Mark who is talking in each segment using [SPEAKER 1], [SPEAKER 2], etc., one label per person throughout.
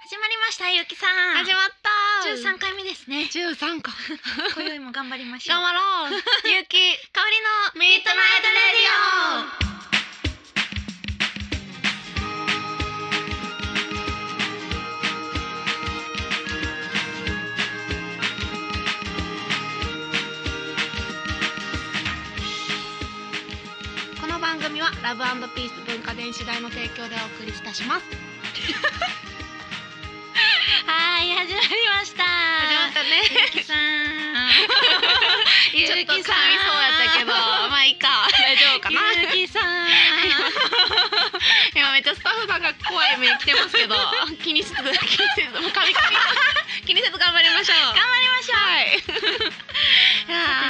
[SPEAKER 1] 始まりましたゆうきさん
[SPEAKER 2] 始まった
[SPEAKER 1] 十三回目ですね
[SPEAKER 2] 十三か
[SPEAKER 1] 今宵も頑張りましょう
[SPEAKER 2] 頑張ろうゆうき
[SPEAKER 1] 香りの
[SPEAKER 2] ミッドナイトレディオこの番組はラブピース文化電子代の提供でお送りいたします
[SPEAKER 1] はい始まりました
[SPEAKER 2] た
[SPEAKER 1] ゆう
[SPEAKER 2] ね
[SPEAKER 1] きさん
[SPEAKER 2] ちょっと噛みそうやったけどまあいいか大丈 夫かな
[SPEAKER 1] ゆうきさん
[SPEAKER 2] 今めっちゃスタッフさんが怖い目来てますけど気にせず気にせずもう髪髪気にせず頑張りましょう
[SPEAKER 1] 頑張りましょう
[SPEAKER 2] はい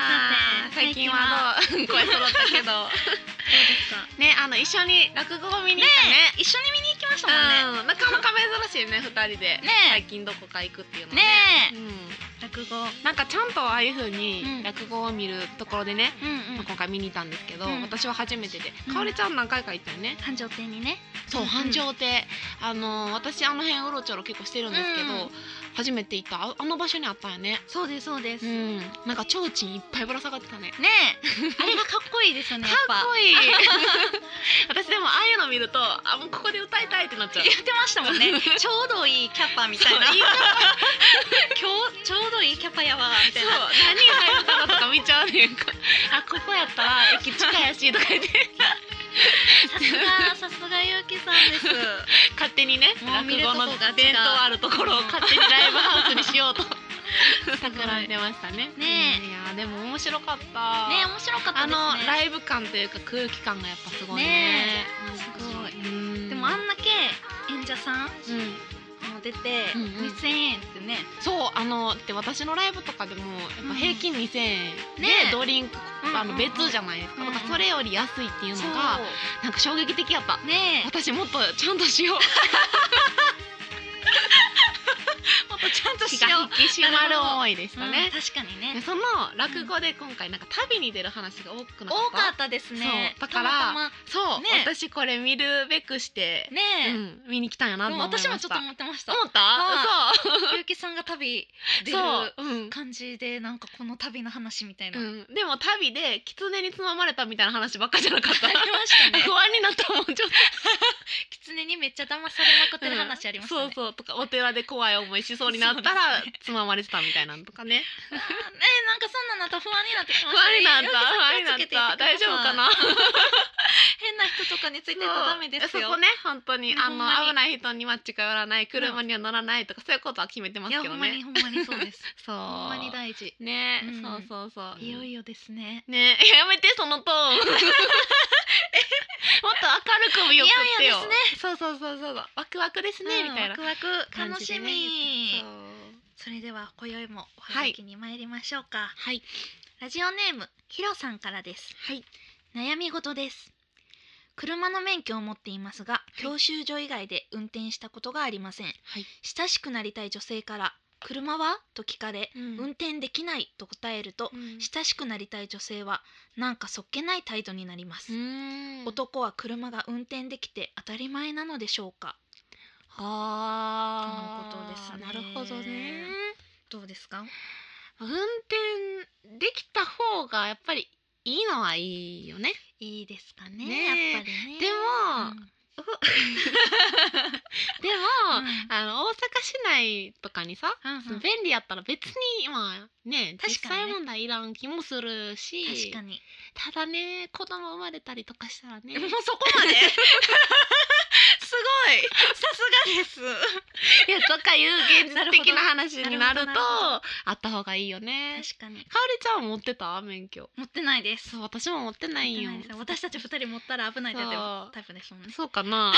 [SPEAKER 2] いや
[SPEAKER 1] さ
[SPEAKER 2] ー
[SPEAKER 1] て
[SPEAKER 2] 最近はどう声揃ったけど
[SPEAKER 1] どうですか
[SPEAKER 2] ねあの一緒に落語を見に行ったね
[SPEAKER 1] 一緒に見に行きましたもんね
[SPEAKER 2] うんなかなか珍しいね二人で、
[SPEAKER 1] ね
[SPEAKER 2] 最近どこか行くっていうの
[SPEAKER 1] ね
[SPEAKER 2] う
[SPEAKER 1] え
[SPEAKER 2] ん、
[SPEAKER 1] 落語
[SPEAKER 2] なんかちゃんとああいう風に
[SPEAKER 1] うん
[SPEAKER 2] 落語を見るところでね、
[SPEAKER 1] うん
[SPEAKER 2] まあ今回見に行ったんですけど、
[SPEAKER 1] うん
[SPEAKER 2] 私は初めてで、
[SPEAKER 1] うん
[SPEAKER 2] かおりちゃん何回か行ったよね
[SPEAKER 1] 繁盛店にね
[SPEAKER 2] そう
[SPEAKER 1] うん
[SPEAKER 2] 繁盛亭、あの私あの辺うろちょろ結構してるんですけど、
[SPEAKER 1] うん
[SPEAKER 2] 初めて行ったああの場所にあったよね
[SPEAKER 1] そうですそうです
[SPEAKER 2] う
[SPEAKER 1] ね
[SPEAKER 2] んなんか提灯いっぱいぶら下がってたね
[SPEAKER 1] えあれがかっこいいですよねやっぱ
[SPEAKER 2] かっこ いい私でもああいうの見るとあもうここで歌いたいってなっちゃう
[SPEAKER 1] 言ってました もんねちょうどいいキャパみたいな
[SPEAKER 2] そういい
[SPEAKER 1] 今日ちょうどいいキャパやわみた
[SPEAKER 2] そう
[SPEAKER 1] い
[SPEAKER 2] 何
[SPEAKER 1] な
[SPEAKER 2] が入ったのとか見ちゃうねんかあここやったら駅近やしとか言って
[SPEAKER 1] さすがさすがゆうきさんです
[SPEAKER 2] 勝手にね
[SPEAKER 1] もう見
[SPEAKER 2] 落
[SPEAKER 1] ると
[SPEAKER 2] 語
[SPEAKER 1] こが違
[SPEAKER 2] の
[SPEAKER 1] う
[SPEAKER 2] 伝統あるところを勝手にライブハウスにしようと 企んでましたね
[SPEAKER 1] ね
[SPEAKER 2] うんいやでも面白かった
[SPEAKER 1] ね面白かった
[SPEAKER 2] あ
[SPEAKER 1] ですね
[SPEAKER 2] のライブ感というか空気感がやっぱすごいね
[SPEAKER 1] ね
[SPEAKER 2] うん
[SPEAKER 1] すごい
[SPEAKER 2] うん
[SPEAKER 1] でもあんだけ演者さん
[SPEAKER 2] うん
[SPEAKER 1] も出て
[SPEAKER 2] うんうん
[SPEAKER 1] 2000円ってね
[SPEAKER 2] そうあので私のライブとかでもやっぱ平均2000円で
[SPEAKER 1] ね
[SPEAKER 2] ドリンク、
[SPEAKER 1] うん
[SPEAKER 2] あの別じゃないですか,、
[SPEAKER 1] うんうん
[SPEAKER 2] それより安いっていうの
[SPEAKER 1] そう
[SPEAKER 2] がなんか衝撃的やった
[SPEAKER 1] ね
[SPEAKER 2] 私もっとちゃんとしよう
[SPEAKER 1] もっとちゃんと
[SPEAKER 2] 気が引き締まる思いでしたね、
[SPEAKER 1] 確かに
[SPEAKER 2] で
[SPEAKER 1] ね
[SPEAKER 2] その落語で今回なんか旅に出る話が多くなか
[SPEAKER 1] 多
[SPEAKER 2] った
[SPEAKER 1] かったですね
[SPEAKER 2] そうだから
[SPEAKER 1] たま
[SPEAKER 2] そう、
[SPEAKER 1] ね
[SPEAKER 2] 私これ見るべくして
[SPEAKER 1] た、まね
[SPEAKER 2] うん、見に来たんやな
[SPEAKER 1] え
[SPEAKER 2] と
[SPEAKER 1] でも
[SPEAKER 2] 思いまし
[SPEAKER 1] 私
[SPEAKER 2] た
[SPEAKER 1] もちょっと思ってました
[SPEAKER 2] 思った、
[SPEAKER 1] は
[SPEAKER 2] そう
[SPEAKER 1] ゆうきさんが旅出る
[SPEAKER 2] そう、うん
[SPEAKER 1] 感じでなんかこの旅の話みたいな、
[SPEAKER 2] うん、でも旅で狐につままれたみたいな話ばっかじゃなかっ
[SPEAKER 1] あ
[SPEAKER 2] た
[SPEAKER 1] りましたね
[SPEAKER 2] 不安になったもんちょっ
[SPEAKER 1] 狐にめっちゃ騙されまくって
[SPEAKER 2] と
[SPEAKER 1] る話ありましたね、
[SPEAKER 2] そうそうとかお寺で怖い思いしそうになったら
[SPEAKER 1] そうですね
[SPEAKER 2] つままれてたみたいなのとかね
[SPEAKER 1] あーねなんかそんなんなったら不安になってきま
[SPEAKER 2] 不
[SPEAKER 1] し
[SPEAKER 2] 安にな
[SPEAKER 1] たね
[SPEAKER 2] った不安に
[SPEAKER 1] 気を
[SPEAKER 2] な
[SPEAKER 1] つけてい
[SPEAKER 2] った
[SPEAKER 1] って
[SPEAKER 2] 大
[SPEAKER 1] ください
[SPEAKER 2] 丈夫かな
[SPEAKER 1] 変な人とかについてたらダメです
[SPEAKER 2] そう
[SPEAKER 1] よ
[SPEAKER 2] そこね本当に
[SPEAKER 1] ね
[SPEAKER 2] あ
[SPEAKER 1] ほんま
[SPEAKER 2] の
[SPEAKER 1] に
[SPEAKER 2] 危ない人には近寄らない車には乗らないとかそういうことは決めてま
[SPEAKER 1] い
[SPEAKER 2] す
[SPEAKER 1] や
[SPEAKER 2] け
[SPEAKER 1] ほ
[SPEAKER 2] ど
[SPEAKER 1] んまに
[SPEAKER 2] ね
[SPEAKER 1] ほんまにそうです
[SPEAKER 2] そう
[SPEAKER 1] ほんま に大事
[SPEAKER 2] ね、
[SPEAKER 1] うん
[SPEAKER 2] そうそうそう
[SPEAKER 1] いよいよですね
[SPEAKER 2] ね えやめてそのトーン もっと明るく見送ってよ
[SPEAKER 1] いやいやです
[SPEAKER 2] そうそうそうそうそうワクワクですね、みたいな
[SPEAKER 1] ワクワク
[SPEAKER 2] 感
[SPEAKER 1] 楽
[SPEAKER 2] じで
[SPEAKER 1] し
[SPEAKER 2] ね
[SPEAKER 1] み
[SPEAKER 2] そう
[SPEAKER 1] それでは今宵もお
[SPEAKER 2] は
[SPEAKER 1] はいがきに参りましょうか、
[SPEAKER 2] はい
[SPEAKER 1] ラジオネームひろさんからです
[SPEAKER 2] はい
[SPEAKER 1] 悩み事です車の免許を持っていますが教習所以外で運転したことがありません、
[SPEAKER 2] はい
[SPEAKER 1] 親しくなりたい女性から車はと聞かれ、
[SPEAKER 2] うん
[SPEAKER 1] 運転できないと答えると、親しくなりたい女性はなんかそっけない態度になります、
[SPEAKER 2] ん
[SPEAKER 1] 男は車が運転できて当たり前なのでしょうか
[SPEAKER 2] あー
[SPEAKER 1] とのことですね
[SPEAKER 2] なるほどね
[SPEAKER 1] どうですか
[SPEAKER 2] 運転できた方がやっぱりいいのはいいよ ね
[SPEAKER 1] いいですかね
[SPEAKER 2] ねえ
[SPEAKER 1] やっぱりね
[SPEAKER 2] でも、でも、あの大阪市内とかにさ、
[SPEAKER 1] うんうんうん
[SPEAKER 2] 便利やったら別にまあね
[SPEAKER 1] 確
[SPEAKER 2] 実
[SPEAKER 1] かにね
[SPEAKER 2] 際問題いらん気もするし
[SPEAKER 1] 確かに
[SPEAKER 2] ただね子供生まれたりとかしたら ね
[SPEAKER 1] もうそこまですごいさすがです
[SPEAKER 2] いやとかいう現実的な話になる
[SPEAKER 1] なるほ
[SPEAKER 2] と
[SPEAKER 1] どなる
[SPEAKER 2] あった方がいいよね
[SPEAKER 1] 確かに
[SPEAKER 2] かおりちゃんは持ってた免許
[SPEAKER 1] 持ってないです
[SPEAKER 2] そう私も持ってないんよ
[SPEAKER 1] 持ってないです私たち二人持ったら危ないって
[SPEAKER 2] そう
[SPEAKER 1] タイプですもんね
[SPEAKER 2] そう かな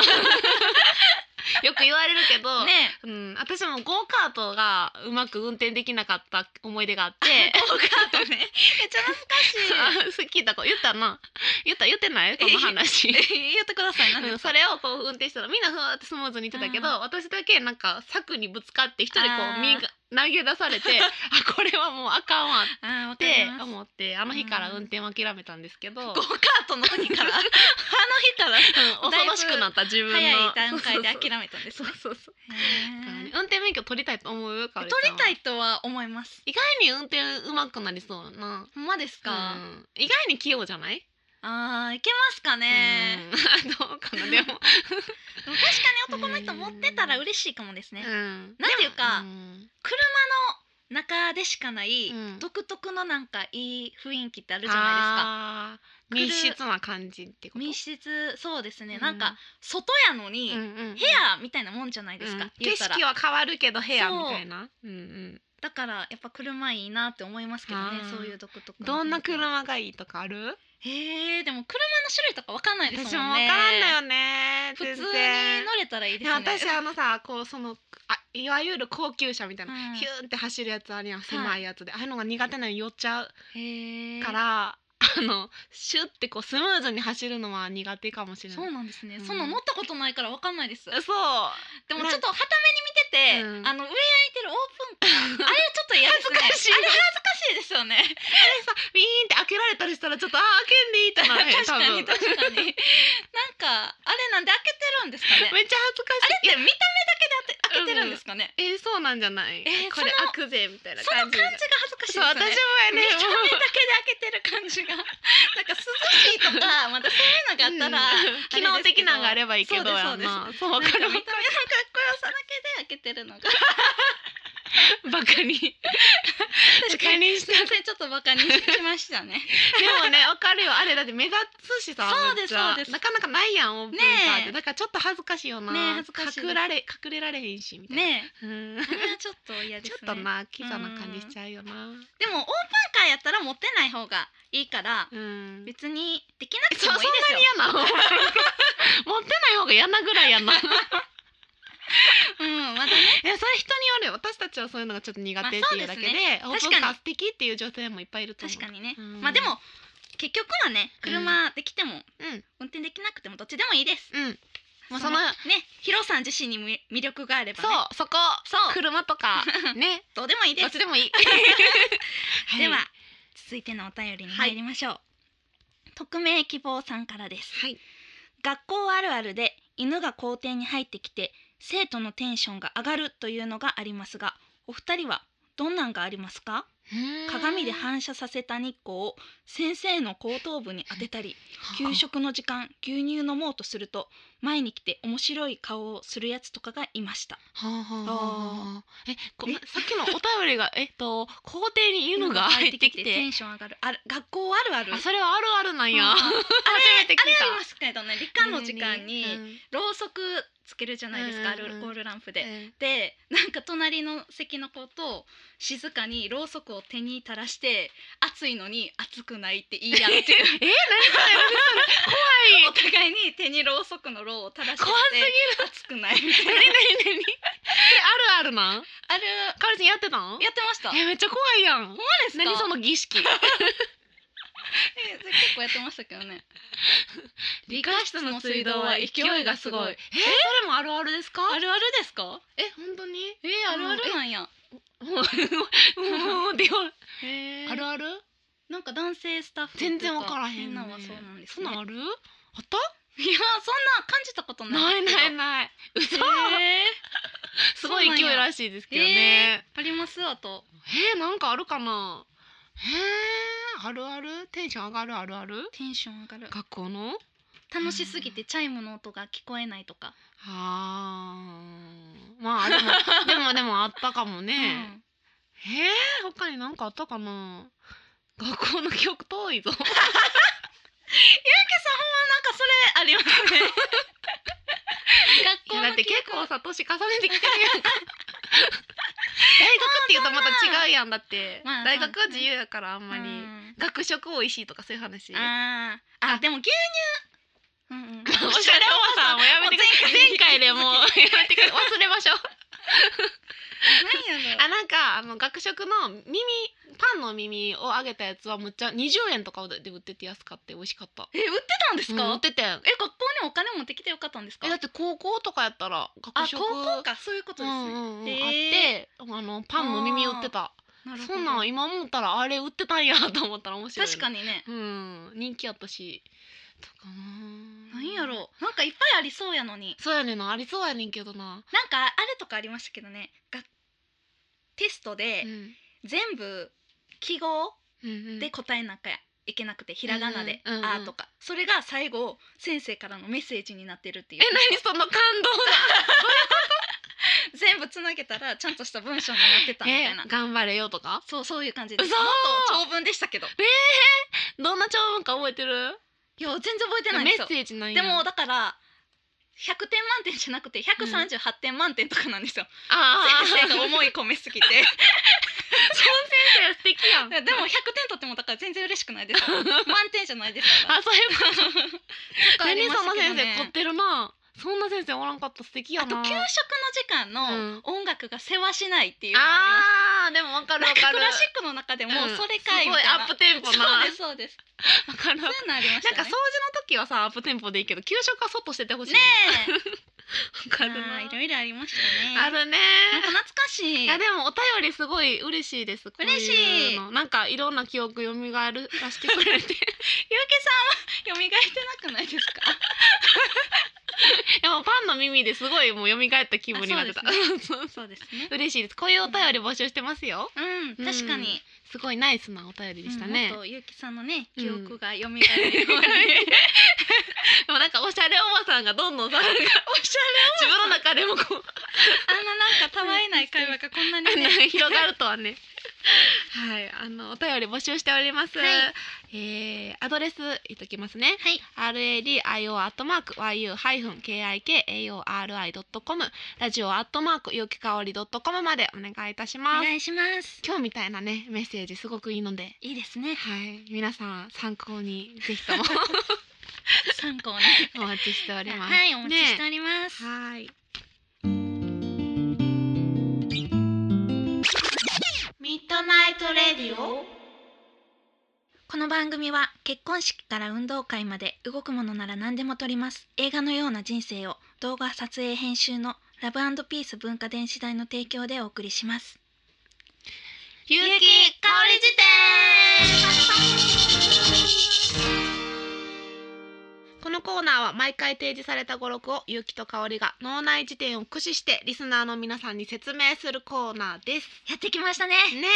[SPEAKER 2] よく言われるけど、
[SPEAKER 1] ね
[SPEAKER 2] うん、私もゴーカートがうまく運転できなかった思い出があ って
[SPEAKER 1] えゴーカ ートねめっちゃ懐か し
[SPEAKER 2] そう聞いたこと言ったな言った言ってないこの話
[SPEAKER 1] い言ってください何
[SPEAKER 2] う
[SPEAKER 1] で
[SPEAKER 2] ん
[SPEAKER 1] すか
[SPEAKER 2] それをこう運転したらみんなふわーってスムーズに行ってたけど、
[SPEAKER 1] う
[SPEAKER 2] 私だけなんか柵にぶつかって一人こ
[SPEAKER 1] あー
[SPEAKER 2] う身が投げ出され てあこれはもうあかんわっ
[SPEAKER 1] あーわか
[SPEAKER 2] て
[SPEAKER 1] ります
[SPEAKER 2] 思ってあの日から運転を諦めたんですけど、
[SPEAKER 1] ゴーカートの時からあの日から
[SPEAKER 2] うん恐ろしくなった自分の
[SPEAKER 1] 早い段階で諦
[SPEAKER 2] め
[SPEAKER 1] めたんです
[SPEAKER 2] そうそうそうそうそうだからね運転免許取りたいと思うかお
[SPEAKER 1] 取
[SPEAKER 2] りちゃん
[SPEAKER 1] りたいとは思います
[SPEAKER 2] 意外に運転上手くなりそうやな
[SPEAKER 1] ほんまですか、
[SPEAKER 2] うん意外に器用じゃない
[SPEAKER 1] あーいけますかね、
[SPEAKER 2] うん どうかな
[SPEAKER 1] で
[SPEAKER 2] でも、
[SPEAKER 1] も確かに男の人持ってたら嬉しいかもですね、
[SPEAKER 2] うん
[SPEAKER 1] なんていうか
[SPEAKER 2] うん
[SPEAKER 1] 車の中でしかない、
[SPEAKER 2] うん
[SPEAKER 1] 独特のなんかいい雰囲気ってあるじゃない
[SPEAKER 2] あー
[SPEAKER 1] 来る
[SPEAKER 2] 密室な感じってこと
[SPEAKER 1] ですか密室そうですね、
[SPEAKER 2] うん
[SPEAKER 1] なんか外やのに、
[SPEAKER 2] うんうん
[SPEAKER 1] 部屋みたいなもんじゃないですか、
[SPEAKER 2] うん
[SPEAKER 1] 言
[SPEAKER 2] 景
[SPEAKER 1] ったら
[SPEAKER 2] 色は変わるけど部屋みたいなうんうん
[SPEAKER 1] だからやっぱ車いいなって思いますけどね
[SPEAKER 2] あー
[SPEAKER 1] そういう独特の
[SPEAKER 2] どんな車がいいとかある
[SPEAKER 1] へえでも車の種類とかわかんないですもんね
[SPEAKER 2] 私もわからんだよね
[SPEAKER 1] 普通に乗
[SPEAKER 2] 全然
[SPEAKER 1] れたらいいで
[SPEAKER 2] い
[SPEAKER 1] す
[SPEAKER 2] や
[SPEAKER 1] ね
[SPEAKER 2] 私あのさこうそのあいわゆる高級車みたいな、
[SPEAKER 1] うん
[SPEAKER 2] ヒューンって走るやつあるやん
[SPEAKER 1] は
[SPEAKER 2] 狭いやつで、ああいうのが苦手なのに酔っちゃう
[SPEAKER 1] へえ
[SPEAKER 2] から、あのシュッてこうスムーズに走るのは苦手かもしれな
[SPEAKER 1] そ
[SPEAKER 2] いう
[SPEAKER 1] なんですね、
[SPEAKER 2] うん
[SPEAKER 1] その乗ったことないからわかんないですで
[SPEAKER 2] そう
[SPEAKER 1] もちょっとはために見てて、
[SPEAKER 2] うん
[SPEAKER 1] あの上開いてるオープンカーあれちょっと嫌ですね
[SPEAKER 2] 恥ずかしい
[SPEAKER 1] あれ恥ずかしいですよね
[SPEAKER 2] さウィーンって開けられたりしたらちょっとあー開けんでいいってなる
[SPEAKER 1] 確かに
[SPEAKER 2] 多分
[SPEAKER 1] 確かになんかあれなんで開けてるんですかね
[SPEAKER 2] めっちゃ恥ずか
[SPEAKER 1] あ
[SPEAKER 2] しい
[SPEAKER 1] れって見た目だけで当て開けてるんですかね、
[SPEAKER 2] えー、そうなんじゃない、
[SPEAKER 1] えー
[SPEAKER 2] これ
[SPEAKER 1] その
[SPEAKER 2] 開くぜみたいな
[SPEAKER 1] その
[SPEAKER 2] 感
[SPEAKER 1] 感じ
[SPEAKER 2] じ
[SPEAKER 1] が恥ずかしいです
[SPEAKER 2] そう
[SPEAKER 1] よ
[SPEAKER 2] 私も
[SPEAKER 1] ね
[SPEAKER 2] やね
[SPEAKER 1] 見た目だけで開けてる感じがなんか涼しいとかまたそういうのがあったら、
[SPEAKER 2] うん機能的なのがあればいいけど
[SPEAKER 1] そうです
[SPEAKER 2] やんなそうわ
[SPEAKER 1] なん
[SPEAKER 2] か
[SPEAKER 1] か見た
[SPEAKER 2] る
[SPEAKER 1] 目のかっこよさだけで開けてるのが
[SPEAKER 2] バカに
[SPEAKER 1] 確
[SPEAKER 2] 確かにし
[SPEAKER 1] す
[SPEAKER 2] た
[SPEAKER 1] いませんちょっとバカにしました ね
[SPEAKER 2] でもねわかるよあれだって目立つしさ
[SPEAKER 1] そうです
[SPEAKER 2] めっちゃ
[SPEAKER 1] そうです
[SPEAKER 2] なかなかないやんオープンカーっ
[SPEAKER 1] ねえ
[SPEAKER 2] てだからちょっと恥ずかしいよな
[SPEAKER 1] ねえ恥ずかしいです
[SPEAKER 2] 隠られ隠れられへんしみたいな
[SPEAKER 1] ねえ
[SPEAKER 2] うん
[SPEAKER 1] それはちょっと嫌で
[SPEAKER 2] ち
[SPEAKER 1] す
[SPEAKER 2] ょ
[SPEAKER 1] ね
[SPEAKER 2] っとなキザな感じしちゃうよな
[SPEAKER 1] でもオープンカーやったら持ってない方がいいから
[SPEAKER 2] うん
[SPEAKER 1] 別にできなくて
[SPEAKER 2] そそん
[SPEAKER 1] も
[SPEAKER 2] ない
[SPEAKER 1] いですよ
[SPEAKER 2] に 嫌なの持ってない方が嫌なぐらいやな いや
[SPEAKER 1] う
[SPEAKER 2] それ
[SPEAKER 1] んまだね
[SPEAKER 2] 人によるよ私たちはそういうのがちょっと苦手っていうだけで,、
[SPEAKER 1] まあ
[SPEAKER 2] オー
[SPEAKER 1] そうですね
[SPEAKER 2] プンカー素敵っていう女性もいっぱいいると思う
[SPEAKER 1] 確かにね、
[SPEAKER 2] うん
[SPEAKER 1] まあでも結局はね車できても、
[SPEAKER 2] うん
[SPEAKER 1] 運転できなくてもどっちでもいいです
[SPEAKER 2] うんまあその
[SPEAKER 1] ねヒロさん自身にみ魅力があれば
[SPEAKER 2] そ
[SPEAKER 1] ね
[SPEAKER 2] うそこ
[SPEAKER 1] そう
[SPEAKER 2] 車と かね
[SPEAKER 1] どうでもいいです
[SPEAKER 2] どっちでもいい、 い
[SPEAKER 1] では続いてのお便りに参りましょう、匿名希望さんからです
[SPEAKER 2] はい
[SPEAKER 1] 学校あるあるで犬が校庭に入ってきて生徒のテンションが上がるというのがありますがお二人はどんなんがありますか鏡で反射させた日光を先生の後頭部に当てたり給食の時間牛乳飲もうとすると前に来て面白い顔をするやつとかがいました
[SPEAKER 2] はあはあはあはあえごめん
[SPEAKER 1] え
[SPEAKER 2] さっきのお便りがえっと校庭に犬が入ってきて
[SPEAKER 1] テンション上がるある学校あるある
[SPEAKER 2] あそれはあるあるなんや、
[SPEAKER 1] うん
[SPEAKER 2] 初めて聞い
[SPEAKER 1] あれ
[SPEAKER 2] た
[SPEAKER 1] ありますけどね理科の時間に、
[SPEAKER 2] うん
[SPEAKER 1] ろうそくつけるじゃないですか、
[SPEAKER 2] うんうんうん
[SPEAKER 1] アルコールランプ
[SPEAKER 2] う
[SPEAKER 1] で。
[SPEAKER 2] ん
[SPEAKER 1] でなんか隣の席の子と静かにろうそくを手に垂らして暑いのに暑くないっていいやっていう
[SPEAKER 2] え何それ何それ怖
[SPEAKER 1] お互いに手にろうそくのろうを垂らしてて
[SPEAKER 2] 怖すぎる
[SPEAKER 1] 暑くないみたいな
[SPEAKER 2] い何何何 あれあるあるなん
[SPEAKER 1] ある
[SPEAKER 2] カルちゃんやってたん
[SPEAKER 1] やってました
[SPEAKER 2] えめっちゃ怖いやん
[SPEAKER 1] ですか
[SPEAKER 2] 何その儀式
[SPEAKER 1] え結構やってましたけどね
[SPEAKER 2] 理科室の水道は勢いがすごいえそれもあるあるですか
[SPEAKER 1] あるあるですか
[SPEAKER 2] え本当にえ
[SPEAKER 1] あるあるなんや
[SPEAKER 2] うんうんで
[SPEAKER 1] へ
[SPEAKER 2] あるある
[SPEAKER 1] なんか男性スタッフと
[SPEAKER 2] 全然わからへんね
[SPEAKER 1] みんなはそうなんです
[SPEAKER 2] そ
[SPEAKER 1] ね
[SPEAKER 2] ん
[SPEAKER 1] い
[SPEAKER 2] なん
[SPEAKER 1] や
[SPEAKER 2] あるあった
[SPEAKER 1] そんな感じたことな
[SPEAKER 2] ないい
[SPEAKER 1] です
[SPEAKER 2] な
[SPEAKER 1] け
[SPEAKER 2] い
[SPEAKER 1] ど
[SPEAKER 2] ない嘘
[SPEAKER 1] へー
[SPEAKER 2] すごい勢いらしいですけどね
[SPEAKER 1] ありますあと
[SPEAKER 2] えー、なんかあるかなへーあるあるテンション上がるあるある
[SPEAKER 1] テンション上がる
[SPEAKER 2] 学校の
[SPEAKER 1] 楽しすぎてチャイムの音が聞こえないとか、
[SPEAKER 2] あーまあでもでもでもあったかもね、へえ他になんかあったかな学校の記憶遠いぞ
[SPEAKER 1] うん、なんかそれあります
[SPEAKER 2] い
[SPEAKER 1] ね学校
[SPEAKER 2] や
[SPEAKER 1] の
[SPEAKER 2] だって結構
[SPEAKER 1] 記
[SPEAKER 2] さ年重ねてきてるやんか大学っていうとまた違うやんだって、
[SPEAKER 1] まあ
[SPEAKER 2] 大学は自由やからあん
[SPEAKER 1] 憶
[SPEAKER 2] まり、
[SPEAKER 1] うん
[SPEAKER 2] 学食美味しいとかそういう話
[SPEAKER 1] あーあでも牛乳うんうん
[SPEAKER 2] おしゃれおばさんもやめてください前回でもうやめてください忘れましょう
[SPEAKER 1] 何やろ
[SPEAKER 2] あなんかあの学食の耳パンの耳をあげたやつはむっちゃ20円とかで売ってて安かって美味しかった
[SPEAKER 1] え売ってたんですか、
[SPEAKER 2] うん売っててん
[SPEAKER 1] え学校にお金持ってきてよかったんですか
[SPEAKER 2] えだって高校とかやったら
[SPEAKER 1] あ
[SPEAKER 2] 学食
[SPEAKER 1] 高校かそういうこと
[SPEAKER 2] う
[SPEAKER 1] です
[SPEAKER 2] んう
[SPEAKER 1] ね、
[SPEAKER 2] ん
[SPEAKER 1] へ
[SPEAKER 2] うん、あってあのパンの耳売ってた
[SPEAKER 1] なるほど
[SPEAKER 2] そんなん今思ったらあれ売ってたんやと思ったら面白い、
[SPEAKER 1] 確か
[SPEAKER 2] に
[SPEAKER 1] にね
[SPEAKER 2] うん人気やったしとかな
[SPEAKER 1] 何やろうなんかいっぱいありそうやのに
[SPEAKER 2] そうやねんなありそうやねんけどな、
[SPEAKER 1] なんかあれとかありましたけどねがテストで
[SPEAKER 2] うん
[SPEAKER 1] 全部記号
[SPEAKER 2] うんうん、
[SPEAKER 1] で答えなきゃいけなくて、ひらがなで「
[SPEAKER 2] うんうんうんう
[SPEAKER 1] あ」
[SPEAKER 2] ん
[SPEAKER 1] とかそれが最後先生からのメッセージになってるってい
[SPEAKER 2] え
[SPEAKER 1] う
[SPEAKER 2] 何その感動
[SPEAKER 1] 全部つなげたらちゃんとした文章になってたみたいな
[SPEAKER 2] え頑張れよとか
[SPEAKER 1] そうそういう感じです
[SPEAKER 2] 嘘
[SPEAKER 1] もっと長文でしたけどい
[SPEAKER 2] どんな長文か覚えてる
[SPEAKER 1] や全然覚えてないんで
[SPEAKER 2] メ
[SPEAKER 1] すよ
[SPEAKER 2] ッセージなん
[SPEAKER 1] で
[SPEAKER 2] や
[SPEAKER 1] もだから100点満点じゃなくて138点満点とかなんですよ、
[SPEAKER 2] ああ
[SPEAKER 1] 先生が思い込みすぎてい
[SPEAKER 2] 生素敵やん
[SPEAKER 1] やでも100点取ってもだから全然嬉しくないですよ満点じゃないですから
[SPEAKER 2] あそういうこと
[SPEAKER 1] とかありま
[SPEAKER 2] 何
[SPEAKER 1] し
[SPEAKER 2] そ
[SPEAKER 1] た
[SPEAKER 2] の
[SPEAKER 1] けどね
[SPEAKER 2] 先生凝ってるなそんな先生おらんかった素敵や
[SPEAKER 1] あと
[SPEAKER 2] な
[SPEAKER 1] 給食の時間
[SPEAKER 2] うん
[SPEAKER 1] の音楽が世話しないっていうのがあ
[SPEAKER 2] あーでもわか
[SPEAKER 1] りま
[SPEAKER 2] るわ
[SPEAKER 1] す
[SPEAKER 2] か
[SPEAKER 1] なんか
[SPEAKER 2] る
[SPEAKER 1] クラシックの中でも
[SPEAKER 2] うん
[SPEAKER 1] それかい
[SPEAKER 2] す
[SPEAKER 1] み
[SPEAKER 2] ごい
[SPEAKER 1] たいな、
[SPEAKER 2] アップテンポな
[SPEAKER 1] そうですそうです
[SPEAKER 2] わかる
[SPEAKER 1] そういうのありま
[SPEAKER 2] な
[SPEAKER 1] し
[SPEAKER 2] んか
[SPEAKER 1] た
[SPEAKER 2] 掃除
[SPEAKER 1] ね
[SPEAKER 2] の時はさアップテンポでいいけど給食はそっとしててほしい
[SPEAKER 1] ね
[SPEAKER 2] え わか
[SPEAKER 1] え
[SPEAKER 2] るな
[SPEAKER 1] あーいろいろありましたね
[SPEAKER 2] あるね
[SPEAKER 1] なんか懐かしい
[SPEAKER 2] いやでもお便りすごい嬉しいですこう
[SPEAKER 1] 嬉しい
[SPEAKER 2] いうのなんかいろんな記憶よみがえらしてくれて い
[SPEAKER 1] ゆうきさんは蘇ってなくないですか
[SPEAKER 2] やもうパンの耳ですごいもうよみがえった気分になってた
[SPEAKER 1] あそう
[SPEAKER 2] そう
[SPEAKER 1] そうですね
[SPEAKER 2] 嬉しいですこういうお便り募集してますよ
[SPEAKER 1] うん確かに、
[SPEAKER 2] すごいナイスなお便りでした
[SPEAKER 1] うん
[SPEAKER 2] ね
[SPEAKER 1] もっ、 とゆうきさんのね
[SPEAKER 2] うん
[SPEAKER 1] 記憶が蘇るよう に、おしゃれ
[SPEAKER 2] でもなんかおしゃれおばさんがどんどんさなんか自分の中でもこう
[SPEAKER 1] あのなんかたわいない会話がこんなに ね
[SPEAKER 2] 広がるとはねはいあのお便り募集しております、
[SPEAKER 1] はい
[SPEAKER 2] えーアドレス言っときますね
[SPEAKER 1] はい
[SPEAKER 2] radio アットマーク yu-kikaori.com ラジオアットマークゆきかおり .com までお願いいたし
[SPEAKER 1] お
[SPEAKER 2] ます
[SPEAKER 1] 願いします
[SPEAKER 2] 今日みたいなねメッセージすごくいいので
[SPEAKER 1] いいですね
[SPEAKER 2] はい皆さん参考にぜひとも
[SPEAKER 1] 参考に
[SPEAKER 2] お待ちしております
[SPEAKER 1] はいお待ちしております、
[SPEAKER 2] はい。
[SPEAKER 1] ミッドナイトレディオこの番組は結婚式から運動会まで動くものなら何でも撮ります映画のような人生を動画撮影編集のラブピース文化電子代の提供でお送りします
[SPEAKER 2] ゆ
[SPEAKER 1] ゆうき
[SPEAKER 2] かおりこのコーナーは毎回提示された語録をゆうきとかおりが脳内辞典を駆使してリスナーの皆さんに説明するコーナーです。
[SPEAKER 1] やってきましたね
[SPEAKER 2] ね、
[SPEAKER 1] 前回
[SPEAKER 2] 前
[SPEAKER 1] ね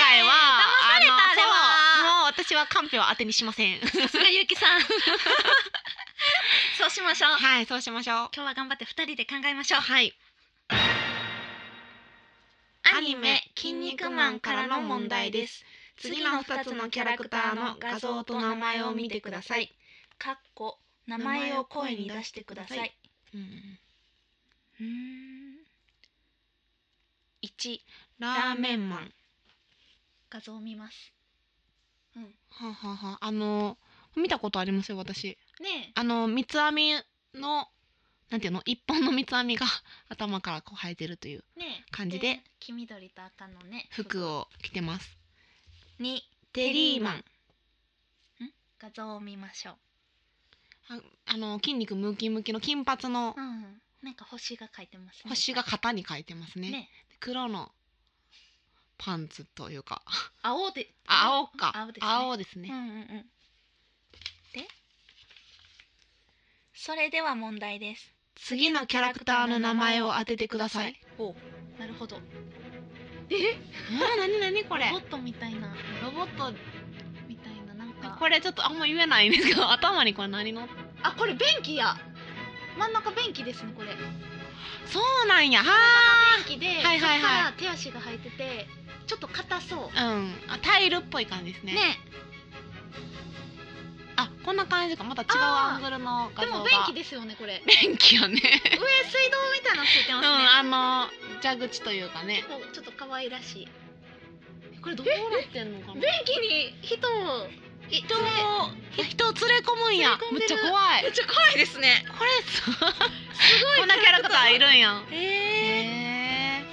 [SPEAKER 2] 回は
[SPEAKER 1] 騙されたあれは
[SPEAKER 2] あのそうもう私はカンペは当てにしません。
[SPEAKER 1] さすがゆうきさん そうしましょう
[SPEAKER 2] はい、そうしましょう。
[SPEAKER 1] 今日は頑張って二人で考えましょう
[SPEAKER 2] はい。
[SPEAKER 1] アニメ「筋肉マン」からの問題です
[SPEAKER 2] 次の2つのキャラクターの画像と名前を見てください。
[SPEAKER 1] かっこ名前
[SPEAKER 2] 前
[SPEAKER 1] を
[SPEAKER 2] を
[SPEAKER 1] 声
[SPEAKER 2] 声
[SPEAKER 1] に
[SPEAKER 2] に
[SPEAKER 1] 出
[SPEAKER 2] 出
[SPEAKER 1] し
[SPEAKER 2] してて
[SPEAKER 1] く
[SPEAKER 2] く
[SPEAKER 1] だ
[SPEAKER 2] だ
[SPEAKER 1] さ
[SPEAKER 2] さ
[SPEAKER 1] い。
[SPEAKER 2] い
[SPEAKER 1] はいう
[SPEAKER 2] うん
[SPEAKER 1] ーん。一
[SPEAKER 2] ラーメンマン。
[SPEAKER 1] 画像を見ます。うん。
[SPEAKER 2] はあはあはああの見たことありますよ私。
[SPEAKER 1] ねえ。
[SPEAKER 2] あの三つ編みのなんていうの一本の三つ編みが 頭からこう生えてるという
[SPEAKER 1] ねえ。
[SPEAKER 2] 感じで
[SPEAKER 1] 黄緑と赤のね。
[SPEAKER 2] 服
[SPEAKER 1] を。
[SPEAKER 2] を着てます。
[SPEAKER 1] に
[SPEAKER 2] テリーマン。
[SPEAKER 1] 画像を見ましょう。
[SPEAKER 2] ああの筋肉ムキムキの金髪の
[SPEAKER 1] うん。なんか星が書いてますね。
[SPEAKER 2] 星が肩に書いてますね。
[SPEAKER 1] ね。
[SPEAKER 2] 黒のパンツというか
[SPEAKER 1] 青で。
[SPEAKER 2] あ青か
[SPEAKER 1] 青ですね
[SPEAKER 2] 青ですね
[SPEAKER 1] う。んうんうん。で。それでは問題です。
[SPEAKER 2] 次のキャラクターの名前を当ててください。。
[SPEAKER 1] お。なるほど。
[SPEAKER 2] え、なになにこれ
[SPEAKER 1] ロボットみたいな。
[SPEAKER 2] ロボット
[SPEAKER 1] みたいな、なんか。
[SPEAKER 2] これちょっとあんま言えないんですけど頭にこれ何の
[SPEAKER 1] あ、これ便器や。真ん中便器ですね、これ。
[SPEAKER 2] そうなんやは
[SPEAKER 1] 便器で、
[SPEAKER 2] はいは
[SPEAKER 1] そ
[SPEAKER 2] いはい
[SPEAKER 1] っから手足が入ってて、ちょっと硬そう。
[SPEAKER 2] ーうんあタイルっぽい感じですね
[SPEAKER 1] ね、
[SPEAKER 2] あこんな感じかまた違うアングルの画
[SPEAKER 1] で
[SPEAKER 2] 像が
[SPEAKER 1] も便器ですよね、これ。上
[SPEAKER 2] 便器やね
[SPEAKER 1] 水道みたいなのついて
[SPEAKER 2] う
[SPEAKER 1] ま
[SPEAKER 2] ん
[SPEAKER 1] すね。
[SPEAKER 2] あの蛇口というかね
[SPEAKER 1] もうちょっと可愛らしい。
[SPEAKER 2] これどうなってんのかな
[SPEAKER 1] 便器に人を。い
[SPEAKER 2] 人を人を連れ込むんや
[SPEAKER 1] 連れ込んでる
[SPEAKER 2] むっちゃ怖い
[SPEAKER 1] めっちゃ怖いですね。
[SPEAKER 2] これす
[SPEAKER 1] すごい。
[SPEAKER 2] こんなキャラクターいるんやん
[SPEAKER 1] ええ
[SPEAKER 2] へ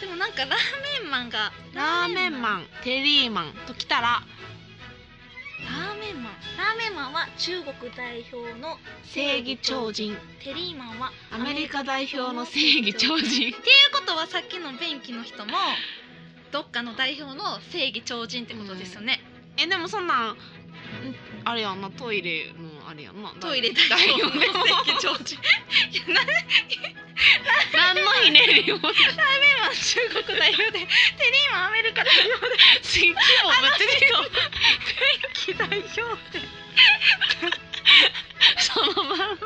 [SPEAKER 2] ー
[SPEAKER 1] でもなんかラーメンマンが
[SPEAKER 2] ラーメンマンテリーマンときたら
[SPEAKER 1] ラーメンマンラーメンマンは中国代表の
[SPEAKER 2] 正義超人
[SPEAKER 1] テリーマンは
[SPEAKER 2] アメリカ代表の正義超人
[SPEAKER 1] っていうことはさっきの便器の人もどっかの代表の正義超人ってことですよね、
[SPEAKER 2] えでもそんなんんあれやんなトイレのああれやんな
[SPEAKER 1] トイレ
[SPEAKER 2] だ
[SPEAKER 1] 大
[SPEAKER 2] よ
[SPEAKER 1] 音で
[SPEAKER 2] ね
[SPEAKER 1] 席常時いやな
[SPEAKER 2] 何のひねりもな
[SPEAKER 1] 今中国代表でテリーマンアメリカ代表で
[SPEAKER 2] い新規も
[SPEAKER 1] 北代表で
[SPEAKER 2] 別にそのまま
[SPEAKER 1] 代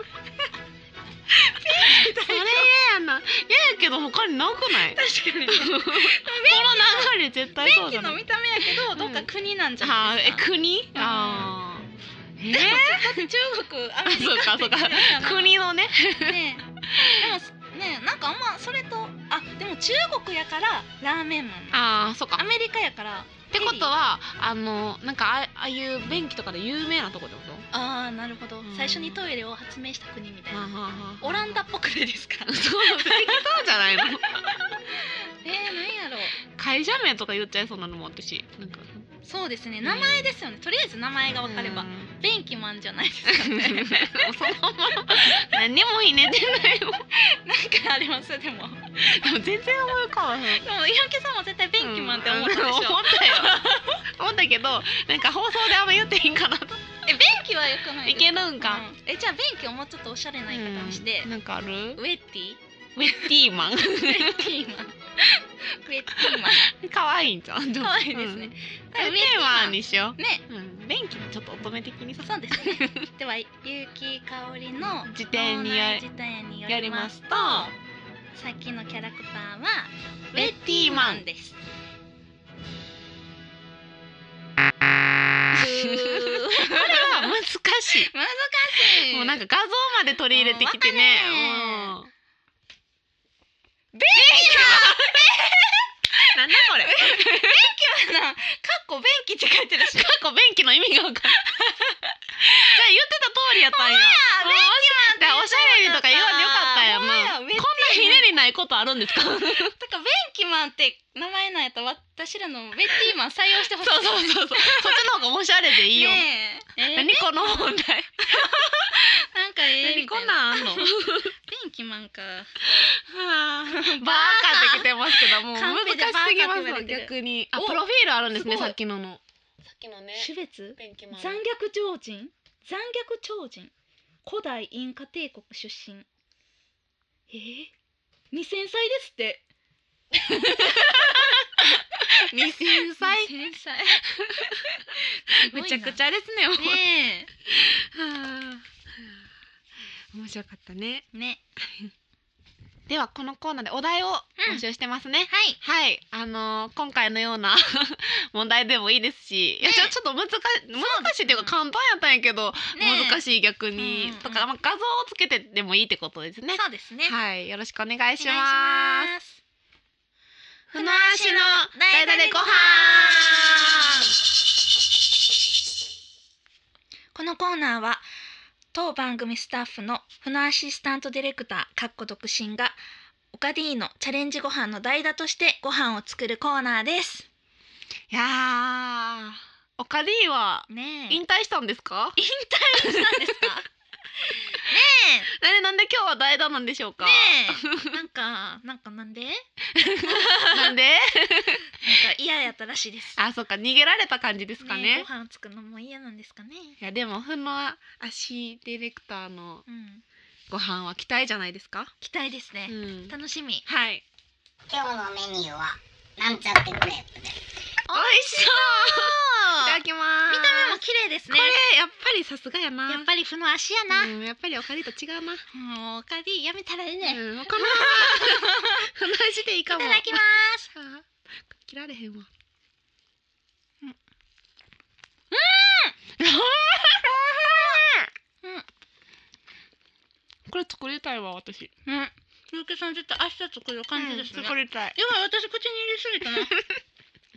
[SPEAKER 2] それ嫌やな嫌やけど他になくない
[SPEAKER 1] 確かに
[SPEAKER 2] この流れ絶対そう
[SPEAKER 1] 便
[SPEAKER 2] じゃ
[SPEAKER 1] 器
[SPEAKER 2] な
[SPEAKER 1] の
[SPEAKER 2] い
[SPEAKER 1] 見た目やけど、
[SPEAKER 2] うん
[SPEAKER 1] どっか国なんじゃ
[SPEAKER 2] あ
[SPEAKER 1] ない
[SPEAKER 2] ーえ
[SPEAKER 1] ですか。
[SPEAKER 2] 国あー
[SPEAKER 1] でも
[SPEAKER 2] え
[SPEAKER 1] 絶対中国、アメリ
[SPEAKER 2] そう
[SPEAKER 1] カ
[SPEAKER 2] か
[SPEAKER 1] って
[SPEAKER 2] そうか
[SPEAKER 1] 言ってるやん
[SPEAKER 2] 国のね
[SPEAKER 1] ねえ。でもねえなんかあんまそれとあでも中国やからラーメンマンなんだ。
[SPEAKER 2] ああそうか
[SPEAKER 1] アメリカやから
[SPEAKER 2] ってことはあのなんかあああいう便器とかで有名なとこってこと
[SPEAKER 1] ああなるほど、
[SPEAKER 2] うん
[SPEAKER 1] 最初にトイレを発明した国みたい
[SPEAKER 2] はあ
[SPEAKER 1] な。
[SPEAKER 2] はあはあ
[SPEAKER 1] オラ ンダっぽくないですか。
[SPEAKER 2] そう適当じゃないの
[SPEAKER 1] えー、なんやろう。
[SPEAKER 2] 会社名とか言っちゃいそうなのも私なんか
[SPEAKER 1] そうですね名前ですよね。とりあえず名 前がわかれば、
[SPEAKER 2] うん
[SPEAKER 1] 便器マンじゃ ないです
[SPEAKER 2] そ
[SPEAKER 1] か
[SPEAKER 2] の
[SPEAKER 1] ね。
[SPEAKER 2] まま何にもひねってないもん
[SPEAKER 1] なんかありますでも。でも
[SPEAKER 2] でも全然思い浮かばへん
[SPEAKER 1] 伊宅さんも絶対便器マンって思ったでしょ。
[SPEAKER 2] うん思ったよ思ったけどなんか放送であんま言っていいんかなと
[SPEAKER 1] え便器はよくない
[SPEAKER 2] い
[SPEAKER 1] です
[SPEAKER 2] けるんか、
[SPEAKER 1] うんえじゃあ便器をもうちょっとおしゃれな言い方にして、
[SPEAKER 2] うんなんかある
[SPEAKER 1] ウェッティ
[SPEAKER 2] ウェッティーマン
[SPEAKER 1] ウェッティーマンウェッティーマン
[SPEAKER 2] 可愛いんじゃん
[SPEAKER 1] 可愛いですね
[SPEAKER 2] うんウェッ
[SPEAKER 1] だから
[SPEAKER 2] ティーマンにしよ
[SPEAKER 1] ね
[SPEAKER 2] う、うん、便器にちょっと乙女的にさ
[SPEAKER 1] そうですねでは結城かおりの
[SPEAKER 2] 辞典によ
[SPEAKER 1] 脳内辞典によりますと
[SPEAKER 2] よ
[SPEAKER 1] さっきのキャラクターは
[SPEAKER 2] ウェッティーマン
[SPEAKER 1] です
[SPEAKER 2] これは難しい
[SPEAKER 1] 難しい
[SPEAKER 2] もうなんか画像まで取り入れてきてね
[SPEAKER 1] もう
[SPEAKER 2] うん なんだこれ
[SPEAKER 1] 便器はなかっこ便器って書いてるし
[SPEAKER 2] 過去便器の意味が分かるじゃあ言ってた通りやったん
[SPEAKER 1] 便
[SPEAKER 2] や
[SPEAKER 1] 器
[SPEAKER 2] だからおしゃれにとか言わんでよかったんや
[SPEAKER 1] ほ
[SPEAKER 2] も
[SPEAKER 1] んま
[SPEAKER 2] う
[SPEAKER 1] や
[SPEAKER 2] こん
[SPEAKER 1] ウェッティ
[SPEAKER 2] な
[SPEAKER 1] ーマン
[SPEAKER 2] ひねりないことあるんですかそうそ
[SPEAKER 1] だ
[SPEAKER 2] う
[SPEAKER 1] から便器マンって名前なんやったら私らのベッティーマン採用してほしい
[SPEAKER 2] そうそうそっちの方がおしゃれでいいよ、
[SPEAKER 1] ねええー
[SPEAKER 2] 何この問題
[SPEAKER 1] なんかええ
[SPEAKER 2] 何
[SPEAKER 1] み
[SPEAKER 2] こ
[SPEAKER 1] たい
[SPEAKER 2] ん
[SPEAKER 1] な
[SPEAKER 2] なんあんのバー
[SPEAKER 1] 便器マンか
[SPEAKER 2] カってきてますけどもう
[SPEAKER 1] カ
[SPEAKER 2] 難
[SPEAKER 1] ン
[SPEAKER 2] し
[SPEAKER 1] ペで
[SPEAKER 2] すぎま
[SPEAKER 1] バーカって言われ
[SPEAKER 2] す
[SPEAKER 1] てる
[SPEAKER 2] 逆にあ
[SPEAKER 1] お
[SPEAKER 2] プロフィールあるんですね
[SPEAKER 1] すごい
[SPEAKER 2] さっきののさっきのね
[SPEAKER 1] 種別
[SPEAKER 2] 便器
[SPEAKER 1] 残虐超人残虐超人古代インカ帝国出身えー、2000歳ですって
[SPEAKER 2] 二千歳
[SPEAKER 1] 2000歳
[SPEAKER 2] めちゃくち
[SPEAKER 1] ゃ
[SPEAKER 2] ゃですねもう
[SPEAKER 1] ね
[SPEAKER 2] はあ面白かったね
[SPEAKER 1] えね
[SPEAKER 2] ではこのコーナーでお題を
[SPEAKER 1] うん
[SPEAKER 2] 募集してますね、
[SPEAKER 1] はい
[SPEAKER 2] はいあのー今回のような 問題でもいいですし、いや
[SPEAKER 1] ね
[SPEAKER 2] ちょちょっと難し難しいっていうか簡単やったんやけど、
[SPEAKER 1] ね
[SPEAKER 2] 難
[SPEAKER 1] し
[SPEAKER 2] しい逆に、
[SPEAKER 1] うんうん
[SPEAKER 2] とか、まあ、画像をつけてでもいいってことですね
[SPEAKER 1] そうですね
[SPEAKER 2] はいよろしくお願
[SPEAKER 1] お願
[SPEAKER 2] いします
[SPEAKER 1] す
[SPEAKER 2] ふなわしのだいだでご飯
[SPEAKER 1] このコーナーは当番組スタッフの船アシスタントディレクターかっこ独身がオカディのチャレンジご飯の代打としてご飯を作るコーナーです
[SPEAKER 2] いやーおかりーは
[SPEAKER 1] ねえ
[SPEAKER 2] 引退したんですか、
[SPEAKER 1] 引退したんですか
[SPEAKER 2] ななんで今日は代打なんでしょう か、
[SPEAKER 1] ねえねえなんかなんかなんでなんか
[SPEAKER 2] なんで
[SPEAKER 1] 嫌やったらしいです
[SPEAKER 2] あそっか逃げられた感じですかね
[SPEAKER 1] えご飯作るのも嫌なんですかね
[SPEAKER 2] いやでもふの足ディレクターの
[SPEAKER 1] うん
[SPEAKER 2] ご飯は期待じゃないですか、
[SPEAKER 1] 期待ですね、
[SPEAKER 2] ん
[SPEAKER 1] 楽しみ
[SPEAKER 2] はい
[SPEAKER 3] 今日のメニューはなんちゃってクレープです。
[SPEAKER 2] 美味しそういただきます
[SPEAKER 1] 見た目も綺麗です
[SPEAKER 2] こ
[SPEAKER 1] ね
[SPEAKER 2] れやっぱりさすがやな
[SPEAKER 1] やっぱり負の足やな、
[SPEAKER 2] うん、やっぱりおかりと違うな、
[SPEAKER 1] もうおかりやめたらええね、い
[SPEAKER 2] うん、このまま ふの足でいいか
[SPEAKER 1] た
[SPEAKER 2] も
[SPEAKER 1] だきます
[SPEAKER 2] あ切られへんわ うん、
[SPEAKER 1] うん
[SPEAKER 2] これ作りたいわ私
[SPEAKER 1] うん、ゆうけさん絶対明日作る感じですね、
[SPEAKER 2] うん、作りたい
[SPEAKER 1] やばい私口に入れす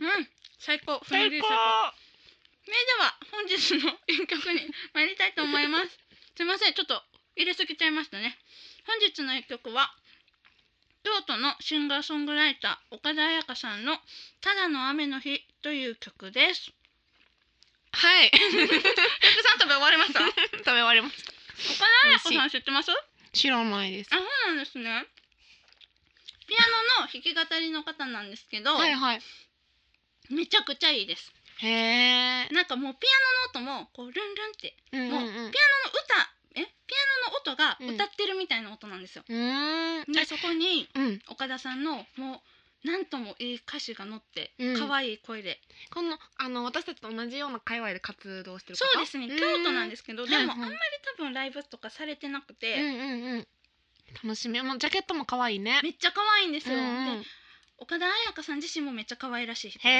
[SPEAKER 1] ぎたな うん最高
[SPEAKER 2] 最
[SPEAKER 1] ねで
[SPEAKER 2] 高
[SPEAKER 1] は本日の一曲に参りたいと思います すいませんちょっと入れすぎちゃいましたね本日の一曲は京都のシンガーソングライター岡田彩香さんの「ただの雨の日」という曲です
[SPEAKER 2] はい
[SPEAKER 1] ゆうけさん食べ終わりま した岡
[SPEAKER 2] 食べ終わります
[SPEAKER 1] 田彩香さん知ってます
[SPEAKER 2] 知らないです
[SPEAKER 1] あ、そうなんですね。ピアノの弾き語りの方なんですけど、
[SPEAKER 2] はいはい
[SPEAKER 1] めちゃくちゃいいです。
[SPEAKER 2] へえ、
[SPEAKER 1] なんかもうピアノの音もこうルンルンって、
[SPEAKER 2] うん
[SPEAKER 1] もう
[SPEAKER 2] うんうん
[SPEAKER 1] ピ
[SPEAKER 2] うん
[SPEAKER 1] 歌ってるみたいな音なんですよ。
[SPEAKER 2] うーん
[SPEAKER 1] でそこに
[SPEAKER 2] えうん
[SPEAKER 1] 岡田さんのもうなんともいい歌詞が載って
[SPEAKER 2] うん
[SPEAKER 1] 可愛い声で、
[SPEAKER 2] このあの私たちと同じような界隈で活動してる方
[SPEAKER 1] そうですね京都なんですすけど
[SPEAKER 2] ん
[SPEAKER 1] でもあん
[SPEAKER 2] はいはい
[SPEAKER 1] まり多分ライブとかされてなくて、
[SPEAKER 2] うんうんうん楽しみもうジャケットも可愛いね
[SPEAKER 1] めっちゃ可愛いんですよ、
[SPEAKER 2] うんうん
[SPEAKER 1] で岡田彩香さん自身もめっちゃ可愛らしい人です
[SPEAKER 2] へ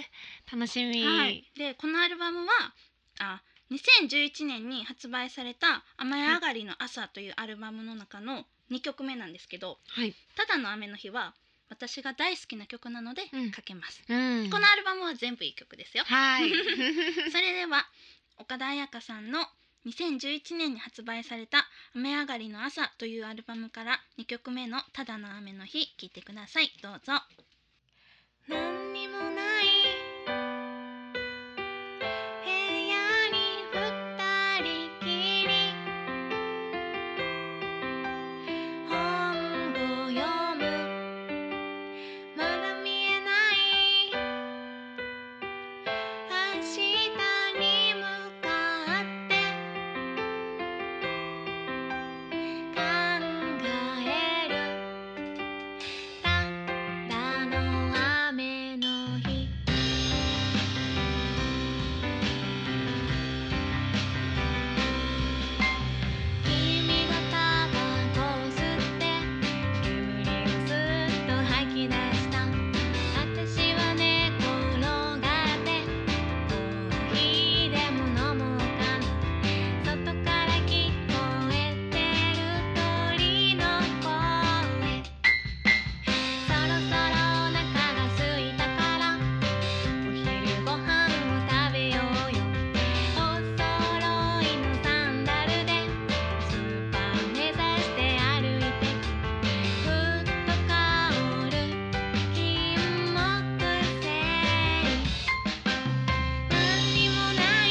[SPEAKER 2] え楽しみ、
[SPEAKER 1] はい、でこのアルバムはあ2011年に発売された「雨上がりの朝」というアルバムの中の2曲目なんですけど
[SPEAKER 2] はい
[SPEAKER 1] 「ただの雨の日」は私が大好きな曲なので
[SPEAKER 2] うん
[SPEAKER 1] かけます、
[SPEAKER 2] うん
[SPEAKER 1] このアルバムは全部いい曲ですよ
[SPEAKER 2] はい
[SPEAKER 1] それでは岡田彩香さんの2011年に発売された「雨上がりの朝」というアルバムから2曲目の「ただの雨の日」聴いてくださいどうぞ
[SPEAKER 2] 何にもない部屋に二人きり本を読むまだ見えない明日に向かって考えるただの雨の日君がタバコを吸って煙がすっと吐き出した私は寝転がってコーヒーでも飲もうかな外から聞こえてる鳥の声「そろそろお腹が空いたから」「お昼ご飯を食べようよ」「おそろいのサンダルでスーパー目指して歩いて」「ふっと香る金木犀」「何にもない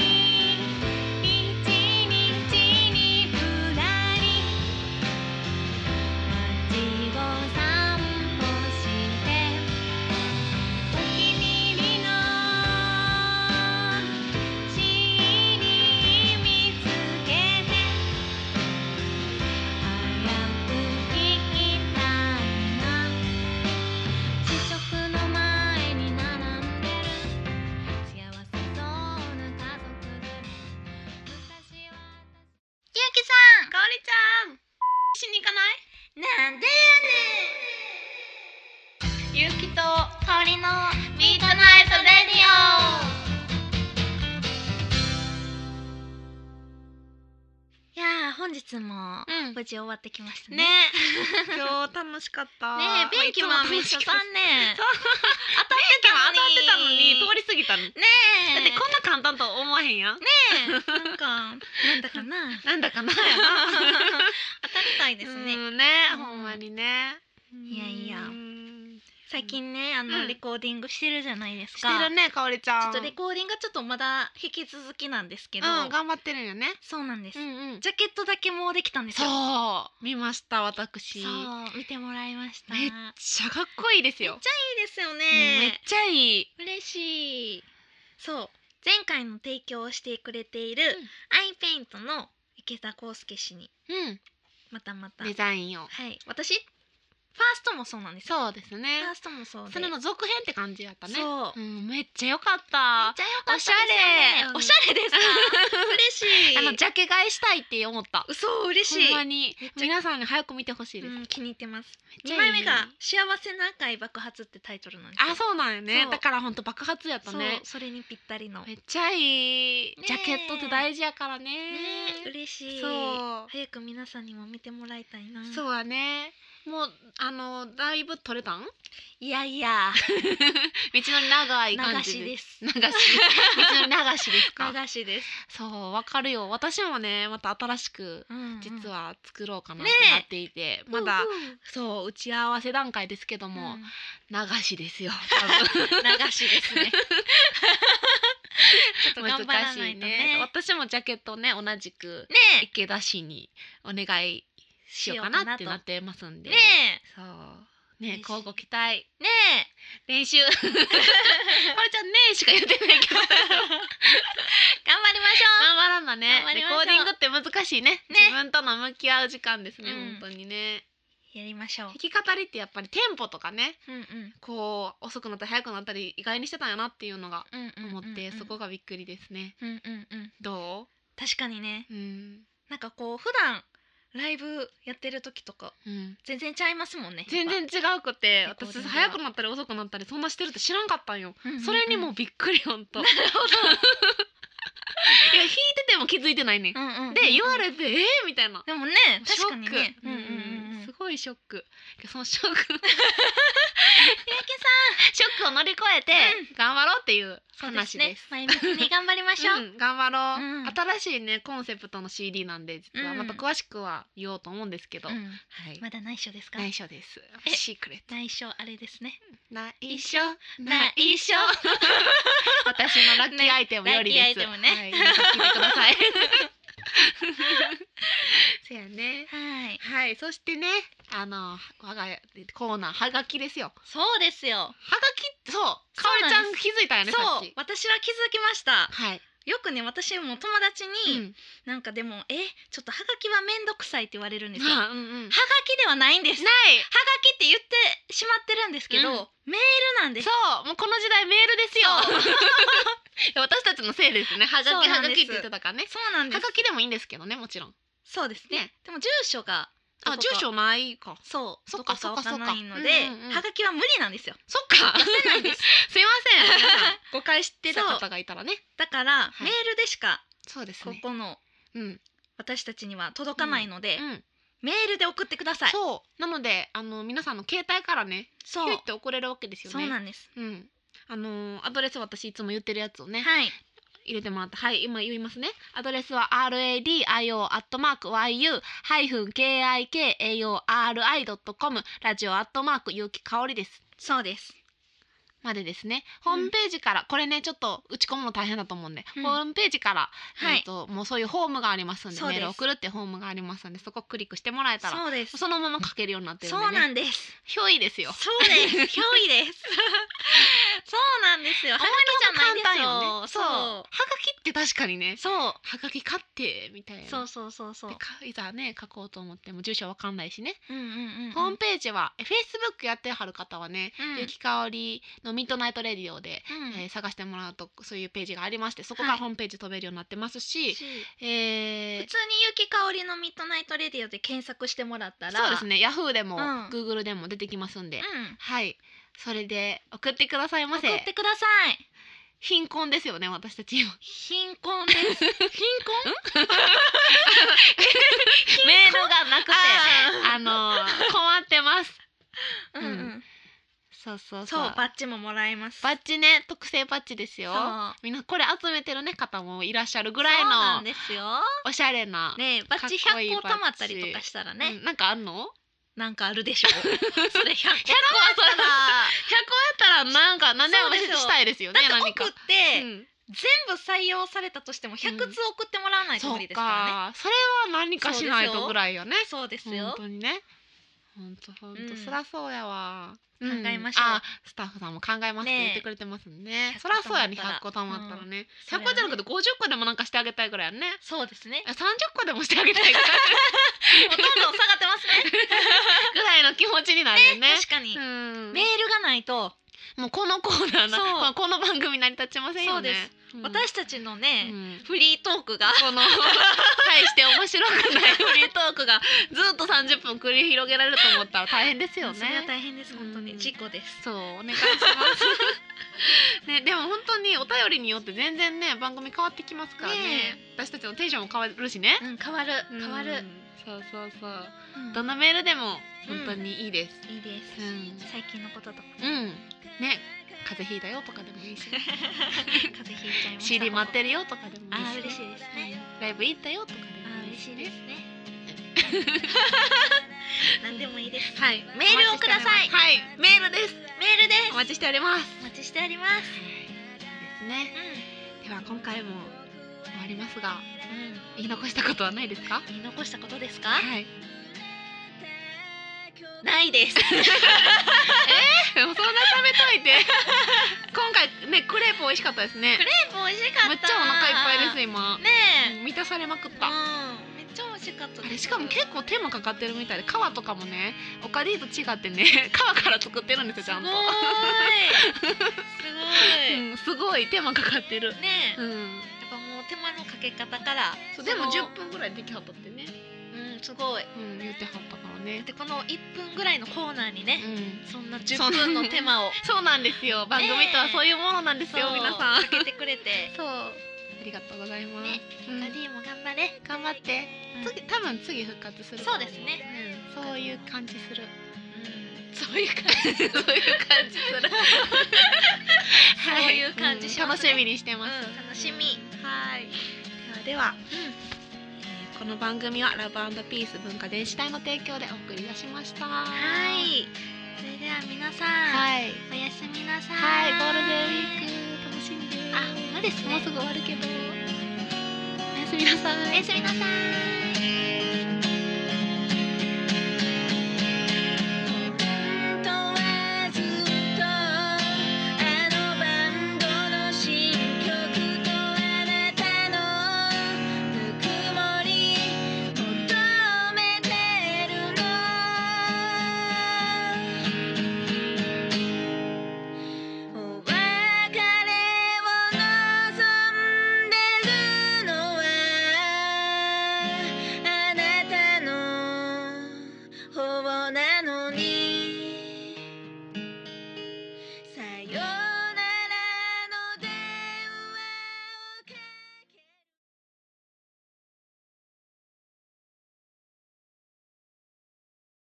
[SPEAKER 2] 一日にふらり」街を散歩してお気に入りのシーン見つけて早く聞きたいな試食の前に並んでる幸せそうな家族連れ私はゆうきさんかおりちゃんしに行かないなんでやねんゆうきと香りのミートナイトレディ
[SPEAKER 1] いやー本日も
[SPEAKER 2] うん
[SPEAKER 1] 無事終わってきました
[SPEAKER 2] オ
[SPEAKER 1] ね
[SPEAKER 2] ね今日楽しかった
[SPEAKER 1] ねえ便器もめっちゃ残 念
[SPEAKER 2] そう
[SPEAKER 1] 当たってたのに
[SPEAKER 2] 通り過ぎたのだっ
[SPEAKER 1] ねえ
[SPEAKER 2] てこんな簡単と思わへんやん
[SPEAKER 1] ねえなんかなんだか な
[SPEAKER 2] なんだかなや
[SPEAKER 1] 当たりたいです
[SPEAKER 2] な
[SPEAKER 1] ね
[SPEAKER 2] うんね
[SPEAKER 1] うん
[SPEAKER 2] ほんまにね
[SPEAKER 1] いやいや
[SPEAKER 2] うん
[SPEAKER 1] 最近ねあの、
[SPEAKER 2] うん
[SPEAKER 1] レコーディングしてるじゃないです
[SPEAKER 2] し
[SPEAKER 1] か
[SPEAKER 2] てるねかおりちゃ
[SPEAKER 1] ちょ
[SPEAKER 2] ん
[SPEAKER 1] っとレコーディングがちょっとまだ引き続きなんですけど、
[SPEAKER 2] うん頑張ってるよね
[SPEAKER 1] そうなんです、
[SPEAKER 2] んうん
[SPEAKER 1] ジャケットだけもうできたんです
[SPEAKER 2] そ
[SPEAKER 1] よ
[SPEAKER 2] う見ました私
[SPEAKER 1] そう見てもらいました
[SPEAKER 2] めっちゃかっこいいですよ
[SPEAKER 1] めっちいいですよ
[SPEAKER 2] うんめっ
[SPEAKER 1] ね
[SPEAKER 2] ちゃいい
[SPEAKER 1] 嬉しいそう前回の提供をしてくれている、
[SPEAKER 2] ん
[SPEAKER 1] アイペイントの池田康介氏に
[SPEAKER 2] うん、
[SPEAKER 1] またまた
[SPEAKER 2] デザインを。
[SPEAKER 1] はい、私ファーストもそうなんですよ。
[SPEAKER 2] そうですね
[SPEAKER 1] ファー。ストもそうで。
[SPEAKER 2] それの続編って感じやったね。
[SPEAKER 1] そうう。
[SPEAKER 2] ん、めっちゃ良かった。
[SPEAKER 1] ちゃ良
[SPEAKER 2] おしゃれ
[SPEAKER 1] おしゃれですか。嬉しい。
[SPEAKER 2] あのジャケ買いしたいって思った。
[SPEAKER 1] 嘘嬉し
[SPEAKER 2] ほんま
[SPEAKER 1] い。
[SPEAKER 2] に皆さんに早く見てほしいです。
[SPEAKER 1] うん、気に入ってます。
[SPEAKER 2] めっち
[SPEAKER 1] 二
[SPEAKER 2] ゃいい
[SPEAKER 1] 枚目が幸せな赤い爆発ってタイトルなんですよ。
[SPEAKER 2] あ、そうなんよね
[SPEAKER 1] そ。う
[SPEAKER 2] だから本当爆発やった
[SPEAKER 1] そう
[SPEAKER 2] ね。
[SPEAKER 1] それにぴったりの。
[SPEAKER 2] め
[SPEAKER 1] ね
[SPEAKER 2] っちゃいい。
[SPEAKER 1] ねえ
[SPEAKER 2] ジャケットって大事やからね。
[SPEAKER 1] え、嬉しい。
[SPEAKER 2] そう
[SPEAKER 1] 早く皆さんにも見てもらいたいな。
[SPEAKER 2] そうやね。もうあのだいぶ取れたん？道
[SPEAKER 1] いやいや、
[SPEAKER 2] のり長い
[SPEAKER 1] 流
[SPEAKER 2] 感じ。
[SPEAKER 1] しですす。
[SPEAKER 2] 流し。道のり流しですか。
[SPEAKER 1] 流しです。
[SPEAKER 2] そう、わかるよ。私もね、また新しく実
[SPEAKER 1] は
[SPEAKER 2] は作ろうかなっ
[SPEAKER 1] ね
[SPEAKER 2] て
[SPEAKER 1] え
[SPEAKER 2] なっていて、まだそう打ち合わせ段階ですけど も、流しですよ
[SPEAKER 1] 流しです ね。 ちょっと
[SPEAKER 2] 多分
[SPEAKER 1] 頑張ら
[SPEAKER 2] 難
[SPEAKER 1] な
[SPEAKER 2] しい
[SPEAKER 1] いと
[SPEAKER 2] ね
[SPEAKER 1] ね。
[SPEAKER 2] 私もジャケットね同じく
[SPEAKER 1] ねえ
[SPEAKER 2] 池田氏にお願いしようかなってなってますんで、
[SPEAKER 1] ね
[SPEAKER 2] そうね
[SPEAKER 1] 嬉しい
[SPEAKER 2] 交互期待
[SPEAKER 1] ねえ練 習頑張りましょ
[SPEAKER 2] まるちゃんねえしか言ってないけど頑張らんだね
[SPEAKER 1] 頑張り
[SPEAKER 2] レ
[SPEAKER 1] ましょ
[SPEAKER 2] コ
[SPEAKER 1] う
[SPEAKER 2] ーディングって難しいね自分との向き合う時間ですね、
[SPEAKER 1] うん
[SPEAKER 2] 本当にね
[SPEAKER 1] うやりましょう
[SPEAKER 2] 弾き語りってやっぱりテンポとかね
[SPEAKER 1] うんうん
[SPEAKER 2] こう遅くなったり早くなったり意外にしてたんやなっていうのが
[SPEAKER 1] うんうん
[SPEAKER 2] 思って、
[SPEAKER 1] うんうん
[SPEAKER 2] そこがびっくりですね
[SPEAKER 1] うんうんうん
[SPEAKER 2] ど
[SPEAKER 1] 確かにね
[SPEAKER 2] ううん、
[SPEAKER 1] なんかこう普段ライブやってる時とか
[SPEAKER 2] うん、
[SPEAKER 1] 全然ちゃいますもんね
[SPEAKER 2] 全然違うくて
[SPEAKER 1] レコーディング
[SPEAKER 2] 私
[SPEAKER 1] は
[SPEAKER 2] 早くなったり遅くなったりそんなしてるって知らんかったんよ、
[SPEAKER 1] うんうんうん
[SPEAKER 2] それにもうびっくりほんといや弾いてても気づいてないねん
[SPEAKER 1] うんうんうん
[SPEAKER 2] で言われてえー、みたいな
[SPEAKER 1] でもね
[SPEAKER 2] シ
[SPEAKER 1] 確
[SPEAKER 2] ョ
[SPEAKER 1] か
[SPEAKER 2] ッ
[SPEAKER 1] に
[SPEAKER 2] ク、
[SPEAKER 1] ね
[SPEAKER 2] うん
[SPEAKER 1] うん
[SPEAKER 2] すごいショックそのショック三宅さんショックを乗り越えて頑張ろうっていう
[SPEAKER 1] そうで
[SPEAKER 2] 話
[SPEAKER 1] す
[SPEAKER 2] です
[SPEAKER 1] ね前向きに頑張りましょう
[SPEAKER 2] うん、頑張ろう、
[SPEAKER 1] うん
[SPEAKER 2] 新しいねコンセプトの CD なんで実は
[SPEAKER 1] うん
[SPEAKER 2] また詳しくは言おうと思うんですけど、
[SPEAKER 1] うん
[SPEAKER 2] はい、
[SPEAKER 1] まだ内緒ですか
[SPEAKER 2] 内緒です
[SPEAKER 1] え
[SPEAKER 2] シークレット
[SPEAKER 1] 内緒あれですね
[SPEAKER 2] 内
[SPEAKER 1] 緒
[SPEAKER 2] 内緒私のラッキーアイテムよりで
[SPEAKER 1] ねラッ
[SPEAKER 2] す、
[SPEAKER 1] キーアイテムね
[SPEAKER 2] はい、皆さん聞いてくだ さいそやね
[SPEAKER 1] はい
[SPEAKER 2] はいそしてねあの我が家コーナーはがきですよは
[SPEAKER 1] そうですよ
[SPEAKER 2] がきそうかお
[SPEAKER 1] そう
[SPEAKER 2] りちゃ
[SPEAKER 1] なん
[SPEAKER 2] ん
[SPEAKER 1] で
[SPEAKER 2] 気づいたよ
[SPEAKER 1] そ
[SPEAKER 2] ね
[SPEAKER 1] う
[SPEAKER 2] さっき
[SPEAKER 1] 私は気づきました
[SPEAKER 2] はい、
[SPEAKER 1] よくね私も友達に、
[SPEAKER 2] うん
[SPEAKER 1] なんかでもえちょっとハガキはめんどくさいって言われるんですよハガ
[SPEAKER 2] あうんうん
[SPEAKER 1] キではないんですハ
[SPEAKER 2] ない
[SPEAKER 1] ガキって言ってしまってるんですけど、
[SPEAKER 2] うん
[SPEAKER 1] メールなんです
[SPEAKER 2] そう、もうこの時代メールですよ。いや 私たちのせいですね。はが
[SPEAKER 1] そう
[SPEAKER 2] き
[SPEAKER 1] な
[SPEAKER 2] は
[SPEAKER 1] ん
[SPEAKER 2] が
[SPEAKER 1] です
[SPEAKER 2] きって言ってたからね。
[SPEAKER 1] そうなんで
[SPEAKER 2] は
[SPEAKER 1] す
[SPEAKER 2] がきでもいいんですけどね、もちろん。
[SPEAKER 1] そうですね
[SPEAKER 2] ね
[SPEAKER 1] でも住所がど
[SPEAKER 2] あ、
[SPEAKER 1] こか
[SPEAKER 2] 住所ないか。
[SPEAKER 1] そう
[SPEAKER 2] そ
[SPEAKER 1] ど
[SPEAKER 2] っか
[SPEAKER 1] こかわからないので
[SPEAKER 2] そっかそっかうんうんうん
[SPEAKER 1] ハガキは無理なんですよ
[SPEAKER 2] そっか。
[SPEAKER 1] 出せないんです
[SPEAKER 2] すいません皆さん。
[SPEAKER 1] 誤解し
[SPEAKER 2] 出た方がいたらね。
[SPEAKER 1] だから、
[SPEAKER 2] い
[SPEAKER 1] メールでしか
[SPEAKER 2] そうです
[SPEAKER 1] こ
[SPEAKER 2] ね。
[SPEAKER 1] この
[SPEAKER 2] うん。
[SPEAKER 1] 私たちには届かないので、
[SPEAKER 2] うん。
[SPEAKER 1] メールで送ってください
[SPEAKER 2] そう。なので、あの皆さんの携帯からね、
[SPEAKER 1] そ
[SPEAKER 2] ピュって送れるわけですよね。。
[SPEAKER 1] そうなんんです
[SPEAKER 2] うん。あのーアドレス私いつも言ってるやつをね、
[SPEAKER 1] はい
[SPEAKER 2] 入れてもらってはい今言いますねアドレスは radio.yu-kikaori.com ラジオ .yu きかおりです
[SPEAKER 1] そうです
[SPEAKER 2] までですねホームページから、これねちょっと打ち込むの大変だと思うんで、
[SPEAKER 1] うん
[SPEAKER 2] ホームページから、
[SPEAKER 1] はい
[SPEAKER 2] えっともうそういうホームがありますんで
[SPEAKER 1] そう
[SPEAKER 2] メ
[SPEAKER 1] です
[SPEAKER 2] ール送るってホームがありますんでそこクリックしてもらえたら
[SPEAKER 1] そうです
[SPEAKER 2] そのまま書けるようになってるん
[SPEAKER 1] そう
[SPEAKER 2] で
[SPEAKER 1] な
[SPEAKER 2] ね
[SPEAKER 1] んです
[SPEAKER 2] ひょいですよ
[SPEAKER 1] そうです。憑依 です。そうなんですよ。はがきじゃないですよ。
[SPEAKER 2] そうはがきって確かにね
[SPEAKER 1] そう。
[SPEAKER 2] はがき買ってみたいな
[SPEAKER 1] そう。そうそうそうそう
[SPEAKER 2] で。かいざね書こうと思っても住所わかんないしね、
[SPEAKER 1] うんうんうん。
[SPEAKER 2] ホームページはえ Facebook やってはる方はね、
[SPEAKER 1] うん
[SPEAKER 2] ゆきかおりのミッドナイトレディオで、
[SPEAKER 1] うん
[SPEAKER 2] えー探してもらうとそういうページがありましてそこか
[SPEAKER 1] は
[SPEAKER 2] ら
[SPEAKER 1] い
[SPEAKER 2] ホームページ飛べるようになってますし、
[SPEAKER 1] し
[SPEAKER 2] え
[SPEAKER 1] 普
[SPEAKER 2] ー
[SPEAKER 1] 通にゆきかおりのミッドナイトレディオで検索してもらったら。
[SPEAKER 2] そうです。ね Yahoo でも、
[SPEAKER 1] うん
[SPEAKER 2] Google でも出てきますんで、
[SPEAKER 1] うん。
[SPEAKER 2] はいそれで送ってくださいませ
[SPEAKER 1] 送ってください。
[SPEAKER 2] 貧困ですよね私たち今
[SPEAKER 1] 貧困です。 貧 困？
[SPEAKER 2] メールがなくて
[SPEAKER 1] あ
[SPEAKER 2] あのー困ってます
[SPEAKER 1] うんうん。
[SPEAKER 2] そうそうそう
[SPEAKER 1] そう、バッジももらえます。
[SPEAKER 2] バッジね特製バッジですよ
[SPEAKER 1] そう。
[SPEAKER 2] みんなこれ集めてるね方もいらっしゃるぐ
[SPEAKER 1] ぐ
[SPEAKER 2] らい
[SPEAKER 1] そうなん
[SPEAKER 2] の
[SPEAKER 1] ですよ。
[SPEAKER 2] おしゃれな、
[SPEAKER 1] ねえ、バッジ
[SPEAKER 2] かっこいい
[SPEAKER 1] 100個
[SPEAKER 2] バッジ
[SPEAKER 1] 貯まったりとかしたらね、
[SPEAKER 2] うんなんかあんの ?100
[SPEAKER 1] なんかあるで しょう。それ100個
[SPEAKER 2] 個はそれだ100個やったらなんか何でも
[SPEAKER 1] そうですよ
[SPEAKER 2] したいですよね
[SPEAKER 1] だって
[SPEAKER 2] 何
[SPEAKER 1] 送
[SPEAKER 2] か
[SPEAKER 1] っ。
[SPEAKER 2] う
[SPEAKER 1] て
[SPEAKER 2] ん
[SPEAKER 1] 全部採用されたとしても100通送ってもらわないと
[SPEAKER 2] そ
[SPEAKER 1] 無理
[SPEAKER 2] う
[SPEAKER 1] ですからね。
[SPEAKER 2] かそれは何かしないとぐらいよね
[SPEAKER 1] そうです
[SPEAKER 2] 本
[SPEAKER 1] よ。
[SPEAKER 2] 当にね本当本
[SPEAKER 1] う
[SPEAKER 2] 当
[SPEAKER 1] ん
[SPEAKER 2] そらそうやわ、
[SPEAKER 1] 考えましょう
[SPEAKER 2] あスタッフさんも考えますって
[SPEAKER 1] ねえ
[SPEAKER 2] 言ってくれてますね
[SPEAKER 1] 100
[SPEAKER 2] そらそうやね
[SPEAKER 1] 貯まったら
[SPEAKER 2] 100個たまったらね、
[SPEAKER 1] うん
[SPEAKER 2] 100個じゃなくて50個でもなんかしてあげたいぐらいやね
[SPEAKER 1] そうです ね。
[SPEAKER 2] 30個でもしてあげたいぐらい
[SPEAKER 1] もうどんどん下がってますね。
[SPEAKER 2] ぐらいの気持ちになるよね
[SPEAKER 1] 確かに、
[SPEAKER 2] うん
[SPEAKER 1] メールがないと、
[SPEAKER 2] もうこのコーナーな
[SPEAKER 1] そう
[SPEAKER 2] このこの番組成り立ちませんよね。うん
[SPEAKER 1] 私たちの
[SPEAKER 2] う
[SPEAKER 1] ね、
[SPEAKER 2] ん
[SPEAKER 1] フリートークが
[SPEAKER 2] この大して面白くないフリートークがずっと30分繰り広げられると思ったら大変ですよ
[SPEAKER 1] それは
[SPEAKER 2] ね。
[SPEAKER 1] 大変です本当
[SPEAKER 2] う
[SPEAKER 1] に
[SPEAKER 2] ん
[SPEAKER 1] 事故です。
[SPEAKER 2] そうお願いします。 ねでも本当にお便りによって全然ね番組変わってきますからね
[SPEAKER 1] ね
[SPEAKER 2] 私たちのテンションも変わるしね。
[SPEAKER 1] うん変わる変わ
[SPEAKER 2] う
[SPEAKER 1] る。
[SPEAKER 2] ん。そうそうそう。
[SPEAKER 1] うん
[SPEAKER 2] どんなメールでも本当にいいです。
[SPEAKER 1] いいです、
[SPEAKER 2] うん
[SPEAKER 1] 最近のこととか
[SPEAKER 2] うん。ね風邪ひいたよとかでもいい し。
[SPEAKER 1] 風邪ひいちゃい ました。
[SPEAKER 2] CD 待ってるよとかでも
[SPEAKER 1] あー
[SPEAKER 2] いい
[SPEAKER 1] 嬉
[SPEAKER 2] し
[SPEAKER 1] しいですね。
[SPEAKER 2] ライブ行ったよとかで
[SPEAKER 1] あ
[SPEAKER 2] も
[SPEAKER 1] ー
[SPEAKER 2] いい
[SPEAKER 1] 嬉
[SPEAKER 2] し
[SPEAKER 1] しいです
[SPEAKER 2] ね
[SPEAKER 1] ね。何でもいいです。
[SPEAKER 2] はい
[SPEAKER 1] メールをください
[SPEAKER 2] はいメールです
[SPEAKER 1] メールです
[SPEAKER 2] お。待ちしております
[SPEAKER 1] お待ちしております。
[SPEAKER 2] ですねでは今回も終わりますが
[SPEAKER 1] うん、
[SPEAKER 2] 言い残したことはないですか
[SPEAKER 1] 言い残したことですか？
[SPEAKER 2] はい
[SPEAKER 1] 「
[SPEAKER 4] ない です
[SPEAKER 2] でもそんな食べとい て今回ねクレープ美味しかったですね
[SPEAKER 1] クレープ美味しかった
[SPEAKER 2] めっちゃお腹いっぱいです今、
[SPEAKER 1] ねえ
[SPEAKER 2] 満たされまくっ
[SPEAKER 1] う
[SPEAKER 2] た、
[SPEAKER 1] んめっちゃ美味しかった
[SPEAKER 2] あ
[SPEAKER 1] で
[SPEAKER 2] れ
[SPEAKER 1] す
[SPEAKER 2] しかも結構手間かかってるみたいで皮とかもねオカリーと違ってね 皮から作ってるんですよちゃんと
[SPEAKER 1] すごーいすごい、
[SPEAKER 2] うん、すごい手間かかってる
[SPEAKER 1] ねえ、
[SPEAKER 2] う
[SPEAKER 1] やっ
[SPEAKER 2] ん
[SPEAKER 1] ぱもう手間のかけ方から
[SPEAKER 2] そうでも
[SPEAKER 1] その
[SPEAKER 2] 10分ぐらいできはったってね
[SPEAKER 1] うんすごい
[SPEAKER 2] うん言ってはったからね
[SPEAKER 1] でこの1分ぐらいのコーナーに
[SPEAKER 2] う
[SPEAKER 1] ね、
[SPEAKER 2] ん
[SPEAKER 1] そんな10分の手間を
[SPEAKER 2] そうなんですよ番組とはそういうものなんです
[SPEAKER 1] そ
[SPEAKER 2] よ、
[SPEAKER 1] う
[SPEAKER 2] 皆さん
[SPEAKER 1] かけてくれて
[SPEAKER 2] そうありがとうございます、
[SPEAKER 1] ね
[SPEAKER 2] うん
[SPEAKER 1] カディも頑張れ
[SPEAKER 2] 頑張って、
[SPEAKER 1] うん
[SPEAKER 2] 次多分次復活すると
[SPEAKER 1] そ
[SPEAKER 2] 思
[SPEAKER 1] うですね、
[SPEAKER 2] うんそういう感じする
[SPEAKER 1] うん、そういう感じ
[SPEAKER 2] そういう感じするはい
[SPEAKER 1] そういう感じしますね
[SPEAKER 2] 楽しみにしてます、
[SPEAKER 1] うん楽しみはい
[SPEAKER 2] ではでは、えーこの番組はラブピース文化電子体の提供でお送り出しました
[SPEAKER 1] は
[SPEAKER 2] はい
[SPEAKER 1] それでは皆さん、
[SPEAKER 2] はい
[SPEAKER 1] おやすみなさい
[SPEAKER 2] はいゴールデンウィーク楽しんで
[SPEAKER 1] あほんまですね
[SPEAKER 2] もうすぐ終わるけどおやすみなさい
[SPEAKER 1] おやすみなさい